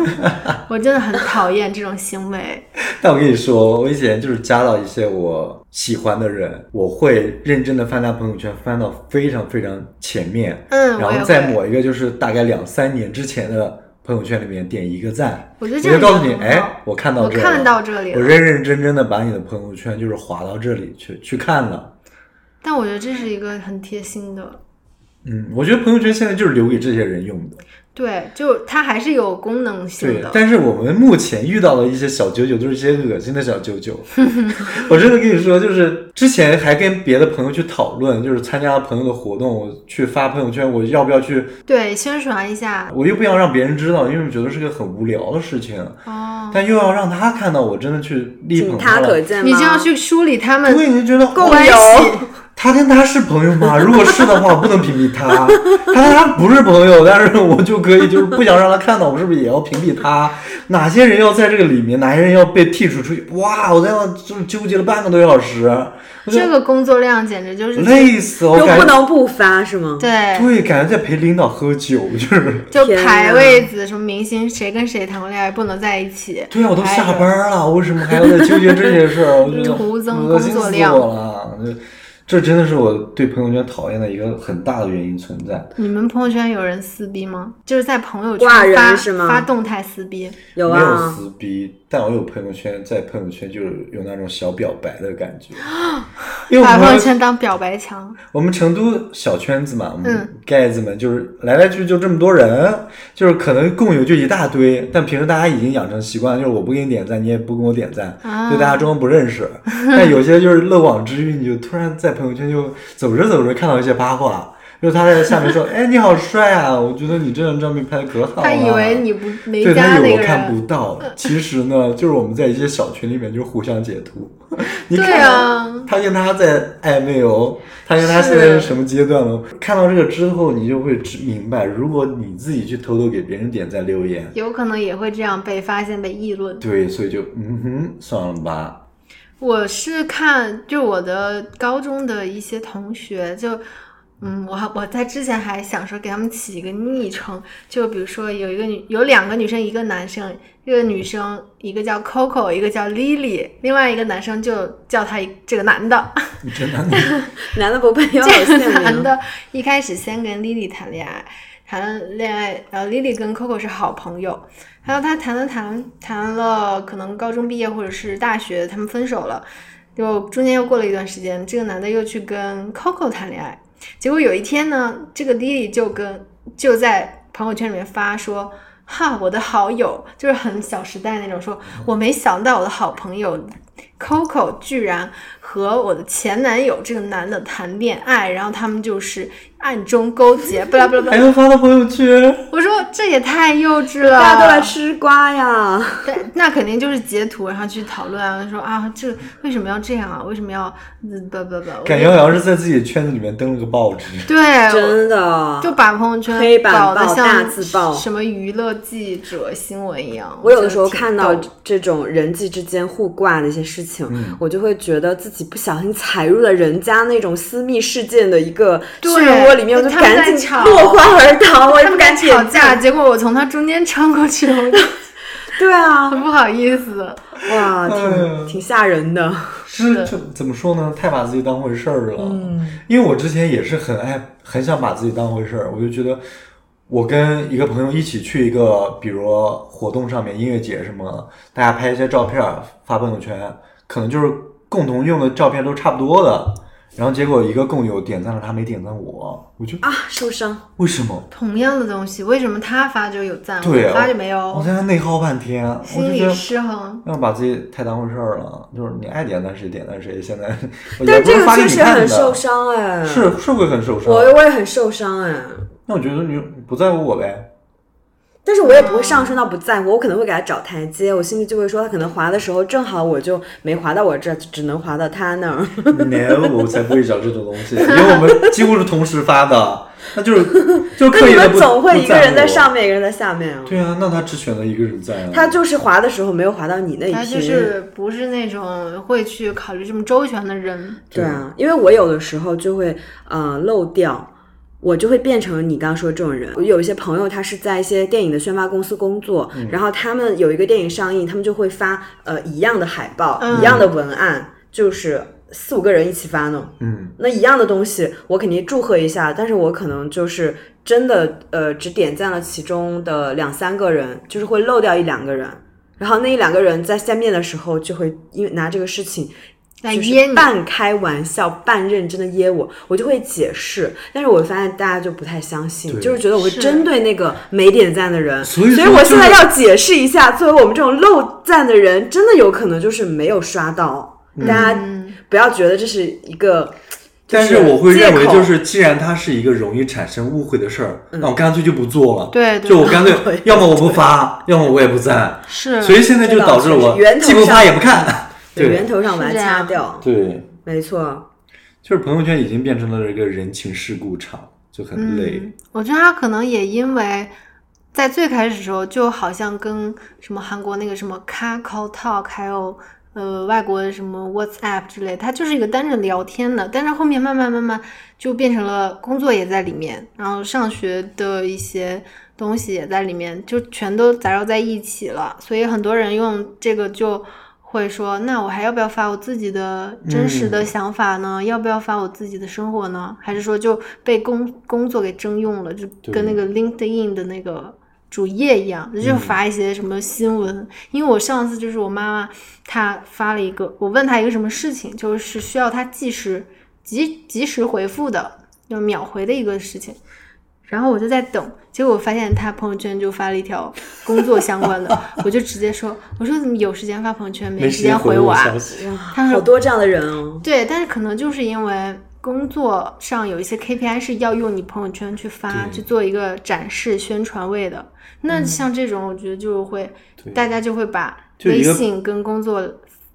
[SPEAKER 3] 我真的很讨厌这种行为。
[SPEAKER 2] 但我跟你说，我以前就是加到一些我喜欢的人，我会认真的翻他朋友圈，翻到非常非常前面，
[SPEAKER 3] 嗯，我
[SPEAKER 2] 然
[SPEAKER 3] 也
[SPEAKER 2] 后在
[SPEAKER 3] 会。
[SPEAKER 2] 某一个就是大概两三年之前的朋友圈里面点一个赞，
[SPEAKER 3] 我觉
[SPEAKER 2] 我
[SPEAKER 3] 得这
[SPEAKER 2] 就
[SPEAKER 3] 个
[SPEAKER 2] 告诉你，哎，我看
[SPEAKER 3] 我
[SPEAKER 2] 到这儿了，
[SPEAKER 3] 看到这里
[SPEAKER 2] 我
[SPEAKER 3] 了，
[SPEAKER 2] 认认真真的把你的朋友圈就是划到这里去去看了。
[SPEAKER 3] 但我觉得这是一个很贴心的。
[SPEAKER 2] 嗯，我觉得朋友圈现在就是留给这些人用的。
[SPEAKER 3] 对，就它还是有功能性
[SPEAKER 2] 对
[SPEAKER 3] 的，。
[SPEAKER 2] 但是我们目前遇到的一些小九九都是一些恶心的小九九。
[SPEAKER 3] <laughs>
[SPEAKER 2] 我真的跟你说，就是之前还跟别的朋友去讨论，就是参加了朋友的活动，我去发朋友圈，我要不要去？
[SPEAKER 3] 对，宣传一下
[SPEAKER 2] 我又不想让别人知道，因为我觉得是个很无聊的事情，
[SPEAKER 3] 哦。
[SPEAKER 2] 但又要让他看到我真的去力捧
[SPEAKER 1] 仅他可
[SPEAKER 2] 了。
[SPEAKER 1] 见吗？
[SPEAKER 3] 你就要去梳理他们
[SPEAKER 2] 对，你就觉得哦
[SPEAKER 1] 共
[SPEAKER 2] 哇
[SPEAKER 3] 关
[SPEAKER 1] 有
[SPEAKER 3] 系。
[SPEAKER 2] 他跟他是朋友
[SPEAKER 1] <laughs>
[SPEAKER 2] 吗？如果是的话，我不能屏蔽他。他跟他不是朋友，但是我就可以，就是不想让他看到，我是不是也要屏蔽他？哪些人要在这个里面，哪些人要被剔除出去？哇，我在那就是纠结了半个多小时，我
[SPEAKER 3] 这
[SPEAKER 2] 就
[SPEAKER 3] 个工作量简直就是
[SPEAKER 2] 累死了。我
[SPEAKER 1] 又
[SPEAKER 2] 感
[SPEAKER 1] 不
[SPEAKER 2] 觉
[SPEAKER 1] 能不发是吗？
[SPEAKER 3] 对，
[SPEAKER 2] 对，感觉在陪领导喝酒，就是
[SPEAKER 3] 就
[SPEAKER 1] 天
[SPEAKER 3] 排
[SPEAKER 1] 哪
[SPEAKER 3] 位子，什么明星谁跟谁谈过恋爱不能在一起，
[SPEAKER 2] 对啊，我都
[SPEAKER 3] 哎
[SPEAKER 2] 下班了，为什么还要再纠结这些事
[SPEAKER 3] <laughs>
[SPEAKER 2] 儿？我觉得
[SPEAKER 3] 徒增
[SPEAKER 2] 恶心
[SPEAKER 3] 工作
[SPEAKER 2] 死
[SPEAKER 3] 量
[SPEAKER 2] 我了。这这真的是我对朋友圈讨厌的一个很大的原因存在。
[SPEAKER 3] 你们朋友圈有人撕逼吗？就是在朋友圈
[SPEAKER 1] 挂人
[SPEAKER 3] 发
[SPEAKER 1] 是吗
[SPEAKER 3] 发动态撕逼，
[SPEAKER 1] 有
[SPEAKER 2] 没有
[SPEAKER 1] 啊，
[SPEAKER 2] 撕逼，但我有朋友圈，在朋友圈就是有那种小表白的感
[SPEAKER 3] <gasps>
[SPEAKER 2] 觉，因为
[SPEAKER 3] 把
[SPEAKER 2] 我
[SPEAKER 3] 朋友
[SPEAKER 2] 们
[SPEAKER 3] 圈当表白墙，
[SPEAKER 2] 我们成都小圈子嘛，我
[SPEAKER 3] 嗯
[SPEAKER 2] 们盖子们就是来来去去就这么多人，就是可能共有就一大堆，但平时大家已经养成习惯，就是我不给你点赞，你也不跟我点赞，
[SPEAKER 3] 啊
[SPEAKER 2] 就大家装不认
[SPEAKER 3] <laughs>
[SPEAKER 2] 识。但有些就是漏网之鱼，你就突然在朋友圈就走着走着看到一些八卦。就是他在下面
[SPEAKER 3] <laughs>
[SPEAKER 2] 说：“哎，你好帅啊！我觉得你这张照片拍的可好了、啊
[SPEAKER 3] 他以为你不没
[SPEAKER 2] 哦对
[SPEAKER 3] 加
[SPEAKER 2] 他以
[SPEAKER 3] 那
[SPEAKER 2] 为
[SPEAKER 3] 个
[SPEAKER 2] 我看不
[SPEAKER 3] 人，
[SPEAKER 2] 到，其实呢，就是我们在一些小群里面就互相截
[SPEAKER 3] <laughs>
[SPEAKER 2] 图。你
[SPEAKER 3] 对
[SPEAKER 2] 看
[SPEAKER 3] 啊
[SPEAKER 2] 他跟他在暧昧哦，他跟他
[SPEAKER 3] 是
[SPEAKER 2] 现在是什么阶段了？看到这个之后，你就会知明白，如果你自己去偷偷给别人点赞留言，
[SPEAKER 3] 有可能也会这样被发现被议论。
[SPEAKER 2] 对，所以就嗯哼，算了吧。
[SPEAKER 3] 我是看，就我的高中的一些同学，就，嗯，我还我在之前还想说给他们起一个昵称，就比如说有一个女，有两个女生，一个男生，这个女生一个叫 Coco，一个叫 Lily，另外一个男生就叫他一这个男的，
[SPEAKER 2] 你真的，
[SPEAKER 1] 男的不配拥有
[SPEAKER 3] 这
[SPEAKER 1] 姓 <laughs>
[SPEAKER 3] 个男
[SPEAKER 1] 名。
[SPEAKER 3] 的一开始先跟 Lily 谈恋爱，谈了恋爱，然后 Lily 跟 Coco 是好朋友，然后他谈了谈谈了，可能高中毕业或者是大学，他们分手了，就中间又过了一段时间，这个男的又去跟 Coco 谈恋爱，结果有一天呢，这个 Lily 就跟就在朋友圈里面发说。哈，我的好友就是很《小时代》那种说，
[SPEAKER 2] 嗯
[SPEAKER 3] 我没想到我的好朋友 Coco 居然和我的前男友这个男的谈恋爱，然后他们就是暗中勾
[SPEAKER 2] <laughs>
[SPEAKER 3] 结，不啦不啦不
[SPEAKER 2] 还
[SPEAKER 3] 啦。
[SPEAKER 2] 能发到朋友圈？
[SPEAKER 3] 我说这也太幼稚了，
[SPEAKER 1] 大家都
[SPEAKER 2] <laughs>
[SPEAKER 1] 来吃
[SPEAKER 3] <laughs>
[SPEAKER 1] 瓜呀！
[SPEAKER 3] 对，那肯定就是截图，然后去讨论啊，说啊，这为什么要这样啊？为什么要嗯不不不？我
[SPEAKER 2] 感觉好像是在自己的圈子里面登了个报纸。
[SPEAKER 3] 对，
[SPEAKER 1] 真的，
[SPEAKER 3] 就把朋友圈
[SPEAKER 1] 啊黑板
[SPEAKER 3] 搞得
[SPEAKER 1] 报
[SPEAKER 3] 像
[SPEAKER 1] 大字报
[SPEAKER 3] 什么娱乐记者新闻一样。
[SPEAKER 1] 我有的
[SPEAKER 3] 觉
[SPEAKER 1] 时候
[SPEAKER 3] 得挺
[SPEAKER 1] 看到
[SPEAKER 3] 逗
[SPEAKER 1] 这种人际之间互挂的一些事情，
[SPEAKER 2] 嗯
[SPEAKER 1] 我就会觉得自己不小心踩入了人家那种私密事件的一个漩
[SPEAKER 3] 对
[SPEAKER 1] 涡里面，我就
[SPEAKER 3] 他们在
[SPEAKER 1] 赶紧
[SPEAKER 3] 吵
[SPEAKER 1] 落荒而逃，我也
[SPEAKER 3] 他
[SPEAKER 1] 不
[SPEAKER 3] 们俩
[SPEAKER 1] 敢
[SPEAKER 3] 吵
[SPEAKER 1] 点
[SPEAKER 3] 架，
[SPEAKER 1] 赞。
[SPEAKER 3] 结果我从他中间穿过去了，我就 <laughs>
[SPEAKER 1] 对啊，
[SPEAKER 3] 很不好意思。
[SPEAKER 1] 哇，挺
[SPEAKER 2] 嗯
[SPEAKER 1] 挺吓人的。
[SPEAKER 3] 啊
[SPEAKER 2] 是就怎么说呢？太把自己当回事儿了。嗯，因为我之前也是很爱，很想把自己当回事儿。我就觉得，我跟一个朋友一起去一个，比如活动上面，音乐节什么，大家拍一些照片儿发朋友圈，可能就是共同用的照片都差不多的。然后结果一个共友点赞了他，没点赞我，我就
[SPEAKER 1] 啊，受伤，
[SPEAKER 2] 为什么？
[SPEAKER 3] 同样的东西，为什么他发就有赞，
[SPEAKER 2] 对
[SPEAKER 3] 我
[SPEAKER 2] 啊
[SPEAKER 3] 发就没
[SPEAKER 2] 我
[SPEAKER 3] 有？
[SPEAKER 2] 在那内耗半天，我
[SPEAKER 3] 心
[SPEAKER 2] 就觉
[SPEAKER 3] 理
[SPEAKER 2] 得。
[SPEAKER 3] 失衡。
[SPEAKER 2] 要把自己太当回事儿了，就是你爱点赞谁点赞谁。现在， <laughs> 我也
[SPEAKER 1] 但是
[SPEAKER 2] 不是
[SPEAKER 1] 这个
[SPEAKER 2] 发给
[SPEAKER 1] 确
[SPEAKER 2] 你
[SPEAKER 1] 实
[SPEAKER 2] 看的
[SPEAKER 1] 很受伤哎，
[SPEAKER 2] 是是会很受伤。
[SPEAKER 1] 我我也很受伤哎，
[SPEAKER 2] 那我觉得你不在乎我呗。
[SPEAKER 1] 但是我也不会上升到不在乎，我可能会给他找台阶，我心里就会说他可能滑的时候正好我就没滑到我这儿，只能滑到他那儿。
[SPEAKER 2] no，我才不会找这种东
[SPEAKER 1] <laughs>
[SPEAKER 2] 西，因为我们几乎是同时发的，那就是
[SPEAKER 1] <laughs>
[SPEAKER 2] 就
[SPEAKER 1] 那
[SPEAKER 2] 刻
[SPEAKER 1] 你
[SPEAKER 2] 意的
[SPEAKER 1] 们
[SPEAKER 2] 不
[SPEAKER 1] 总会
[SPEAKER 2] 不
[SPEAKER 1] 一个
[SPEAKER 2] 在
[SPEAKER 1] 人在
[SPEAKER 2] 乎
[SPEAKER 1] 上面，一个人在下面啊。
[SPEAKER 2] 对啊，那他只选择一个人在啊。
[SPEAKER 1] 他就是滑的时候没有滑到你那一
[SPEAKER 3] 他
[SPEAKER 1] 批，
[SPEAKER 3] 就是不是那种会去考虑这么周全的人，
[SPEAKER 1] 对啊，因为我有的时候就会呃漏掉。我就会变成你刚刚说的这种人。我有一些朋友，他是在一些电影的宣发公司工作，然后他们有一个电影上映，他们就会发呃一样的海报、一样的文案，就是四五个人一起发呢。
[SPEAKER 2] 嗯，
[SPEAKER 1] 那一样的东西，我肯定祝贺一下，但是我可能就是真的呃，只点赞了其中的两三个人，就是会漏掉一两个人，然后那一两个人在见面的时候就会因为拿这个事情
[SPEAKER 3] 来
[SPEAKER 1] 就
[SPEAKER 3] 噎
[SPEAKER 1] 是
[SPEAKER 3] 你。
[SPEAKER 1] 半开玩笑、半认真的噎我，我就会解释，但是我发现大家就不太相信，
[SPEAKER 2] 对
[SPEAKER 1] 就是觉得我会
[SPEAKER 3] 是
[SPEAKER 1] 针对那个没点赞的人，所
[SPEAKER 2] 所以说
[SPEAKER 1] 我
[SPEAKER 2] 就是
[SPEAKER 1] 现在要解释一下，作为我们这种漏赞的人，真的有可能就是没有刷到，大家
[SPEAKER 3] 嗯，
[SPEAKER 1] 不要觉得这是一个。
[SPEAKER 2] 但是我会认为，
[SPEAKER 1] 借口嗯
[SPEAKER 2] 就是既然它是一个容易产生误会的事儿，那我干脆就不做了。
[SPEAKER 3] 对对
[SPEAKER 2] 就我干脆，要么我不发，要么我也不赞。
[SPEAKER 1] 嗯
[SPEAKER 3] 是
[SPEAKER 2] 所以现在就
[SPEAKER 1] 这倒
[SPEAKER 2] 导致
[SPEAKER 1] 是
[SPEAKER 2] 我
[SPEAKER 1] 源头
[SPEAKER 2] 既不发
[SPEAKER 1] 上
[SPEAKER 2] 也不看。
[SPEAKER 1] <laughs> 源头上把它
[SPEAKER 3] 是这
[SPEAKER 1] 掐
[SPEAKER 3] 样
[SPEAKER 1] 掉。
[SPEAKER 2] 对，
[SPEAKER 1] 没错，
[SPEAKER 2] 就是朋友圈已经变成了一个人情世故场，就很累。
[SPEAKER 3] 嗯，我觉得他可能也因为在最开始的时候，就好像跟什么韩国那个什么 Kakao Talk，还有呃外国的什么 WhatsApp 之类，它就是一个单纯聊天的。但是后面慢慢慢慢就变成了工作也在里面，然后上学的一些东西也在里面，就全都杂糅在一起了。所以很多人用这个就。会说，那我还要不要发我自己的真实的
[SPEAKER 2] 嗯
[SPEAKER 3] 想法呢？要不要发我自己的生活呢？还是说就被工工作给征用了，就
[SPEAKER 2] 对
[SPEAKER 3] 跟那个 LinkedIn 的那个主页一样，就发一些什么新闻。因为我上次就是我妈妈，她发了一个，我问她一个什么事情，就是需要她即时及及时回复的，就秒回的一个事情。然后我就在等，结果我发现她朋友圈就发了一条工作相关的， <laughs> 我就直接说：“我说怎么有时间发朋友圈，
[SPEAKER 2] 没
[SPEAKER 3] 时间
[SPEAKER 2] 回
[SPEAKER 3] 我啊
[SPEAKER 2] 消？”息。
[SPEAKER 1] 哇，好多这样的人哦。
[SPEAKER 3] 对，但是可能就是因为工作上有一些 KPI 是要用你朋友圈去发，
[SPEAKER 2] 对嗯
[SPEAKER 3] 去做一个展示宣传位的。那像这种，我觉得就会、
[SPEAKER 2] 对
[SPEAKER 3] 大家就会把
[SPEAKER 2] 就
[SPEAKER 3] 微
[SPEAKER 2] 一个
[SPEAKER 3] 信跟工作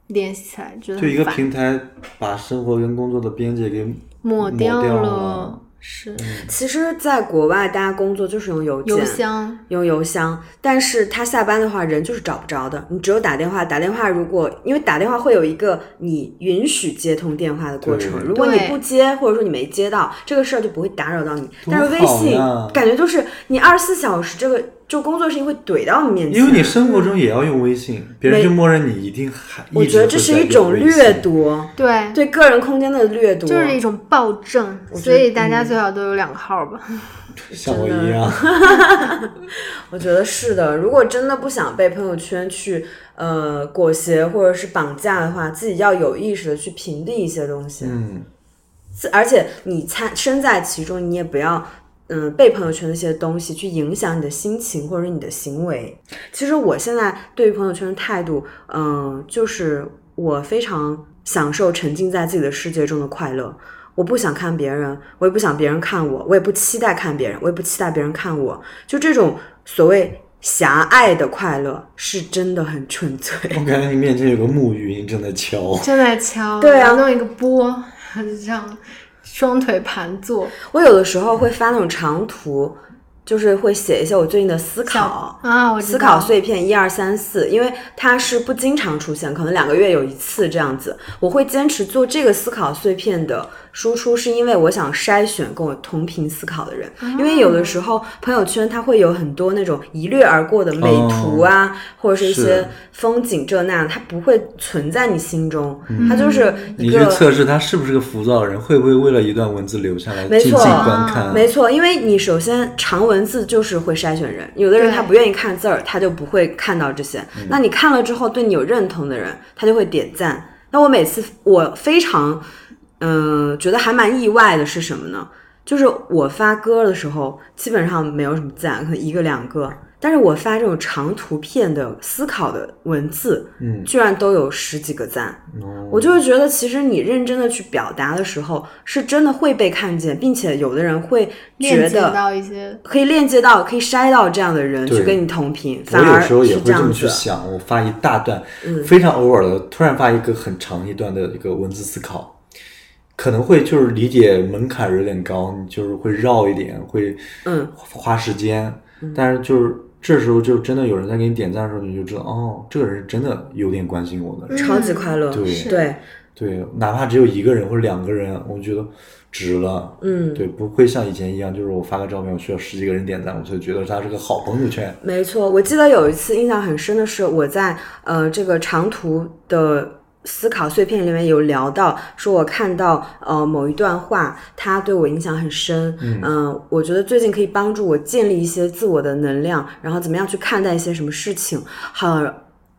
[SPEAKER 3] 联系起来，觉得
[SPEAKER 2] 就一
[SPEAKER 3] 很
[SPEAKER 1] 嗯
[SPEAKER 2] 个
[SPEAKER 3] 烦，
[SPEAKER 2] 平台把生活跟工作的边界给
[SPEAKER 3] 抹
[SPEAKER 2] 掉啊嗯
[SPEAKER 3] 了。
[SPEAKER 2] 了
[SPEAKER 3] 是
[SPEAKER 1] 其实，在国外，大家工作就是用邮件、
[SPEAKER 3] 邮箱，
[SPEAKER 1] 用邮箱，但是他下班的话，人就是找不着的。你只有打电话，打电话如果因为打电话会有一个你允许接通电话的过程，
[SPEAKER 2] 对
[SPEAKER 1] 如果你
[SPEAKER 3] 对
[SPEAKER 1] 不接或者说你没接到，这个事儿就不会打扰到你。
[SPEAKER 2] 多
[SPEAKER 1] 但是微
[SPEAKER 2] 好
[SPEAKER 1] 信
[SPEAKER 2] 呀
[SPEAKER 1] 感觉就是你二十四小时这个就工作事情会怼到你面前，
[SPEAKER 2] 因为你生活中也要用微信，别人就默认你一定还。
[SPEAKER 1] 我
[SPEAKER 2] 一直
[SPEAKER 1] 觉得
[SPEAKER 2] 会
[SPEAKER 1] 这是
[SPEAKER 2] 在
[SPEAKER 1] 一
[SPEAKER 2] 用
[SPEAKER 1] 种
[SPEAKER 2] 微
[SPEAKER 1] 掠
[SPEAKER 2] 信。
[SPEAKER 1] 夺，
[SPEAKER 3] 对，
[SPEAKER 1] 对个人空间的掠夺，
[SPEAKER 3] 就是一种暴政，所以大
[SPEAKER 2] 嗯
[SPEAKER 3] 家最好都有两个号吧。
[SPEAKER 2] 像我一
[SPEAKER 1] <laughs>
[SPEAKER 2] 样，
[SPEAKER 1] 我觉得是的，如果真的不想被朋友圈去呃裹挟或者是绑架的话，自己要有意识的去屏蔽一些东西，
[SPEAKER 2] 嗯，
[SPEAKER 1] 自而且你参身在其中，你也不要。嗯，被朋友圈的一些东西去影响你的心情或者是你的行为。其实我现在对于朋友圈的态度，嗯，就是我非常享受沉浸在自己的世界中的快乐。我不想看别人，我也不想别人看我，我也不期待看别人，我也不期待别人看我。就这种所谓狭隘的快乐，是真的很纯粹。 <laughs>
[SPEAKER 2] 我感觉你面前有个木鱼，你正在敲。
[SPEAKER 3] 正在敲，
[SPEAKER 1] <laughs> 对啊
[SPEAKER 3] 然后弄一个波， <laughs> 然后就这样双腿盘坐，
[SPEAKER 1] 我有的时候会发那种长图，就是会写一些我最近的思考。
[SPEAKER 3] 啊，我知
[SPEAKER 1] 思
[SPEAKER 3] 道
[SPEAKER 1] 考碎片一二三四，因为它是不经常出现，可能两个月有一次这样子。我会坚持做这个思考碎片的输出，是因为我想筛选跟我同频思考的人。
[SPEAKER 3] 哦
[SPEAKER 1] 因为有的时候朋友圈它会有很多那种一掠而过的美图啊，或者是一些
[SPEAKER 2] 是
[SPEAKER 1] 风景这那，它不会存在你心中，它就是一
[SPEAKER 2] 你
[SPEAKER 1] 个
[SPEAKER 2] 去测试他是不是个浮躁的人，会不会为了一段文字留下来
[SPEAKER 1] 没
[SPEAKER 2] 静静
[SPEAKER 1] 错
[SPEAKER 2] 观看？啊
[SPEAKER 1] 没错，因为你首先长文字就是会筛选人，有的人
[SPEAKER 3] 对
[SPEAKER 1] 他不愿意看字儿，他就不会看到这些。那你看了之后对你有认同的人，他就会点赞。那我每次我非常，嗯、觉得还蛮意外的是什么呢？就是我发歌的时候，基本上没有什么赞，可能一个两个。但是我发这种长图片的思考的文字，
[SPEAKER 2] 嗯
[SPEAKER 1] 居然都有十几个赞，
[SPEAKER 2] 哦
[SPEAKER 1] 我就是觉得，其实你认真的去表达的时候，是真的会被看见，并且有的人会觉
[SPEAKER 3] 链接
[SPEAKER 1] 得
[SPEAKER 3] 到一些
[SPEAKER 1] 可以链接到，可以筛到这样的人
[SPEAKER 2] 对
[SPEAKER 1] 去跟你同频，
[SPEAKER 2] 我
[SPEAKER 1] 反
[SPEAKER 2] 有
[SPEAKER 1] 而
[SPEAKER 2] 时候也
[SPEAKER 1] 是
[SPEAKER 2] 会
[SPEAKER 1] 这
[SPEAKER 2] 这
[SPEAKER 1] 样
[SPEAKER 2] 么去
[SPEAKER 1] 子。嗯
[SPEAKER 2] 想，我发一大段，非常偶尔的，突然发一个很长一段的一个文字思考，可能会就是理解门槛有点高，你就是会绕一点，会
[SPEAKER 1] 嗯
[SPEAKER 2] 花时间，但是就是这时候就真的有人在给你点赞的时候，你就知道哦，这个人是真的有点关心我的，
[SPEAKER 1] 超级快乐，
[SPEAKER 2] 嗯对
[SPEAKER 3] 是
[SPEAKER 1] 对，
[SPEAKER 2] 对，哪怕只有一个人或者两个人，我觉得值了。
[SPEAKER 1] 嗯
[SPEAKER 2] 对，不会像以前一样，就是我发个照片，我需要十几个人点赞，我才觉得他是个好朋友圈。
[SPEAKER 1] 没错，我记得有一次印象很深的是，我在呃这个长途的思考碎片里面有聊到，说我看到呃某一段话，它对我影响很深。嗯、我觉得最近可以帮助我建立一些自我的能量，然后怎么样去看待一些什么事情。好，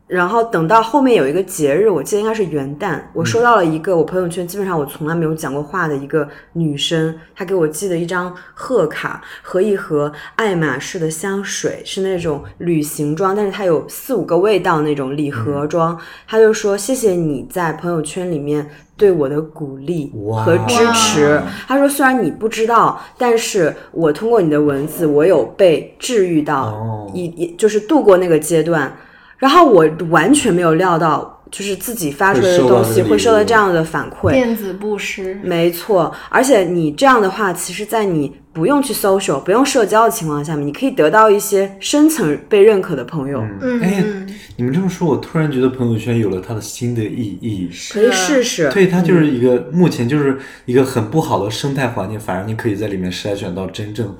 [SPEAKER 1] 然后等到后面有一个节日，我记得应该是元旦，我收到了一个我朋友圈基本上我从来没有讲过话的一个女生，她给我寄的一张贺卡和一盒爱马仕的香水，是那种旅行装，但是它有四五个味道那种礼盒装。她就说谢谢你在朋友圈里面对我的鼓励
[SPEAKER 2] 哇
[SPEAKER 1] 和支持
[SPEAKER 2] 哇。
[SPEAKER 1] 她说虽然你不知道，但是我通过你的文字，我有被治愈到，
[SPEAKER 2] 哦
[SPEAKER 1] 一一就是度过那个阶段。然后我完全没有料到，就是自己发出来的东西会
[SPEAKER 2] 会
[SPEAKER 1] 收
[SPEAKER 2] 收
[SPEAKER 1] 到
[SPEAKER 2] 到
[SPEAKER 1] 这
[SPEAKER 2] 这
[SPEAKER 1] 样的反馈。
[SPEAKER 3] 电子布施。
[SPEAKER 1] 没错，而且你这样的话，其实，在你不用去 social、不用社交的情况下面，你可以得到一些深层被认可的朋友，
[SPEAKER 3] 嗯
[SPEAKER 2] 哎
[SPEAKER 3] 嗯，
[SPEAKER 2] 你们这么说，我突然觉得朋友圈有了它的新的意义。
[SPEAKER 1] 可以
[SPEAKER 3] 是啊
[SPEAKER 1] 试试。
[SPEAKER 2] 对，它就是一个、目前就是一个很不好的生态环境，反而你可以在里面筛选到真正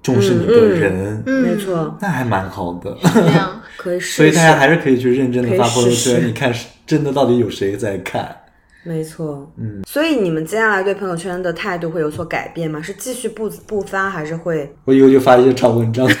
[SPEAKER 2] 重视你的人，
[SPEAKER 3] 嗯
[SPEAKER 1] 没错，
[SPEAKER 2] 那还蛮好的。 <laughs>
[SPEAKER 3] 这样，
[SPEAKER 1] 可以
[SPEAKER 2] 所
[SPEAKER 1] 试
[SPEAKER 2] 以
[SPEAKER 1] 试
[SPEAKER 2] 大。家还是可以去认真的
[SPEAKER 1] 可以
[SPEAKER 2] 发朋友
[SPEAKER 1] 试试
[SPEAKER 2] 圈，你看是真的到底有谁在看。
[SPEAKER 1] 没错，嗯，所以你们接下来对朋友圈的态度会有所改变吗？是继续不不发，还是会？
[SPEAKER 2] 我以后就发一些长文章， <laughs>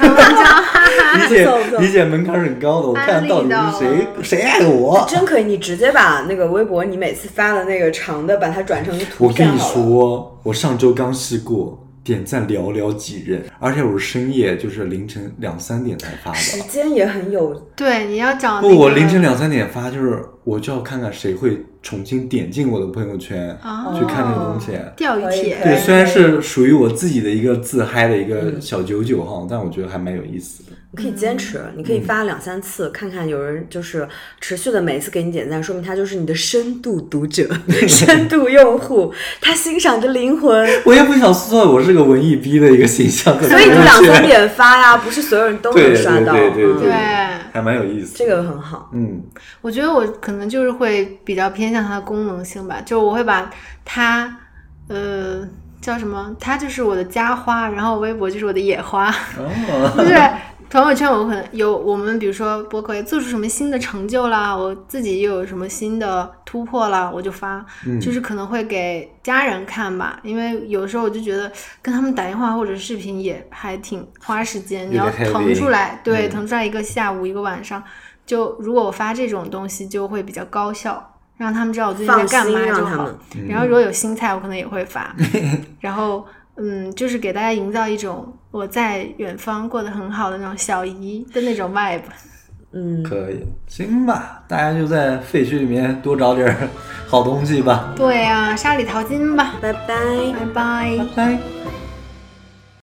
[SPEAKER 2] 理解
[SPEAKER 1] 不错不错
[SPEAKER 2] 理解门槛是很高的，我看到底是谁谁爱我。
[SPEAKER 1] 真可以，你直接把那个微博你每次发的那个长的，把它转成图
[SPEAKER 2] 我
[SPEAKER 1] 片
[SPEAKER 2] 跟
[SPEAKER 1] 好
[SPEAKER 2] 你
[SPEAKER 1] 了。
[SPEAKER 2] 说，我上周刚试过，点赞寥寥几人，而且我是深夜，就是凌晨两三点才发
[SPEAKER 1] 时
[SPEAKER 2] 的。
[SPEAKER 1] 间也很有，
[SPEAKER 3] 对，你要找、那个、
[SPEAKER 2] 不，我凌晨两三点发，就是我就要看看谁会重新点进我的朋友圈、
[SPEAKER 1] 啊
[SPEAKER 3] 哦
[SPEAKER 2] 去看这个东西。
[SPEAKER 3] 钓鱼
[SPEAKER 1] 可以
[SPEAKER 3] 帖，
[SPEAKER 1] 可以
[SPEAKER 2] 对，虽然是属于我自己的一个自嗨的一个小九九哈，但我觉得还蛮有意思的。
[SPEAKER 1] 你可以坚持，
[SPEAKER 2] 嗯
[SPEAKER 1] 你可以发两三次，看看有人就是持续的每一次给你点赞，说明他就是你的深度
[SPEAKER 2] <laughs>
[SPEAKER 1] 读者、深度用户，他欣赏着灵魂。
[SPEAKER 2] <laughs> 我也不想塑造我是个文艺逼的一个形象，
[SPEAKER 1] 所以你就两三点发呀，不是所有人都能
[SPEAKER 2] 对
[SPEAKER 1] 刷到。
[SPEAKER 2] 对对
[SPEAKER 1] 嗯
[SPEAKER 3] 对
[SPEAKER 2] 还蛮有意思。
[SPEAKER 1] 这个很好。
[SPEAKER 2] 嗯，
[SPEAKER 3] 我觉得我可能就是会比较偏向它的功能性吧，就我会把它，呃，叫什么？它就是我的家花，然后微博就是我的野花， <laughs>
[SPEAKER 2] 哦，
[SPEAKER 3] 就是朋友圈我可能有我们比如说博客也做出什么新的成就啦，我自己又有什么新的突破啦，我就发，
[SPEAKER 2] 嗯
[SPEAKER 3] 就是可能会给家人看吧，因为有时候我就觉得跟他们打电话或者视频也还挺花时间，你
[SPEAKER 2] 有
[SPEAKER 3] 要
[SPEAKER 2] 点 heavy
[SPEAKER 3] 腾出来，对，
[SPEAKER 2] 嗯
[SPEAKER 3] 腾出来一个下午一个晚上，就如果我发这种东西就会比较高效。让他们知道我最近在
[SPEAKER 1] 放
[SPEAKER 3] 干
[SPEAKER 1] 心
[SPEAKER 3] 嘛就
[SPEAKER 1] 让他
[SPEAKER 3] 好
[SPEAKER 1] 们，，
[SPEAKER 3] 然后如果有新菜，我可能也会发。然后，嗯，就是给大家营造一种我在远方过得很好的那种小姨的那种 vibe。
[SPEAKER 1] 嗯，
[SPEAKER 2] 可以，行吧，大家就在废墟里面多找点儿好东西吧，
[SPEAKER 3] 对呀、啊，沙里淘金吧，
[SPEAKER 1] 拜拜。
[SPEAKER 3] 拜拜
[SPEAKER 2] 拜。拜。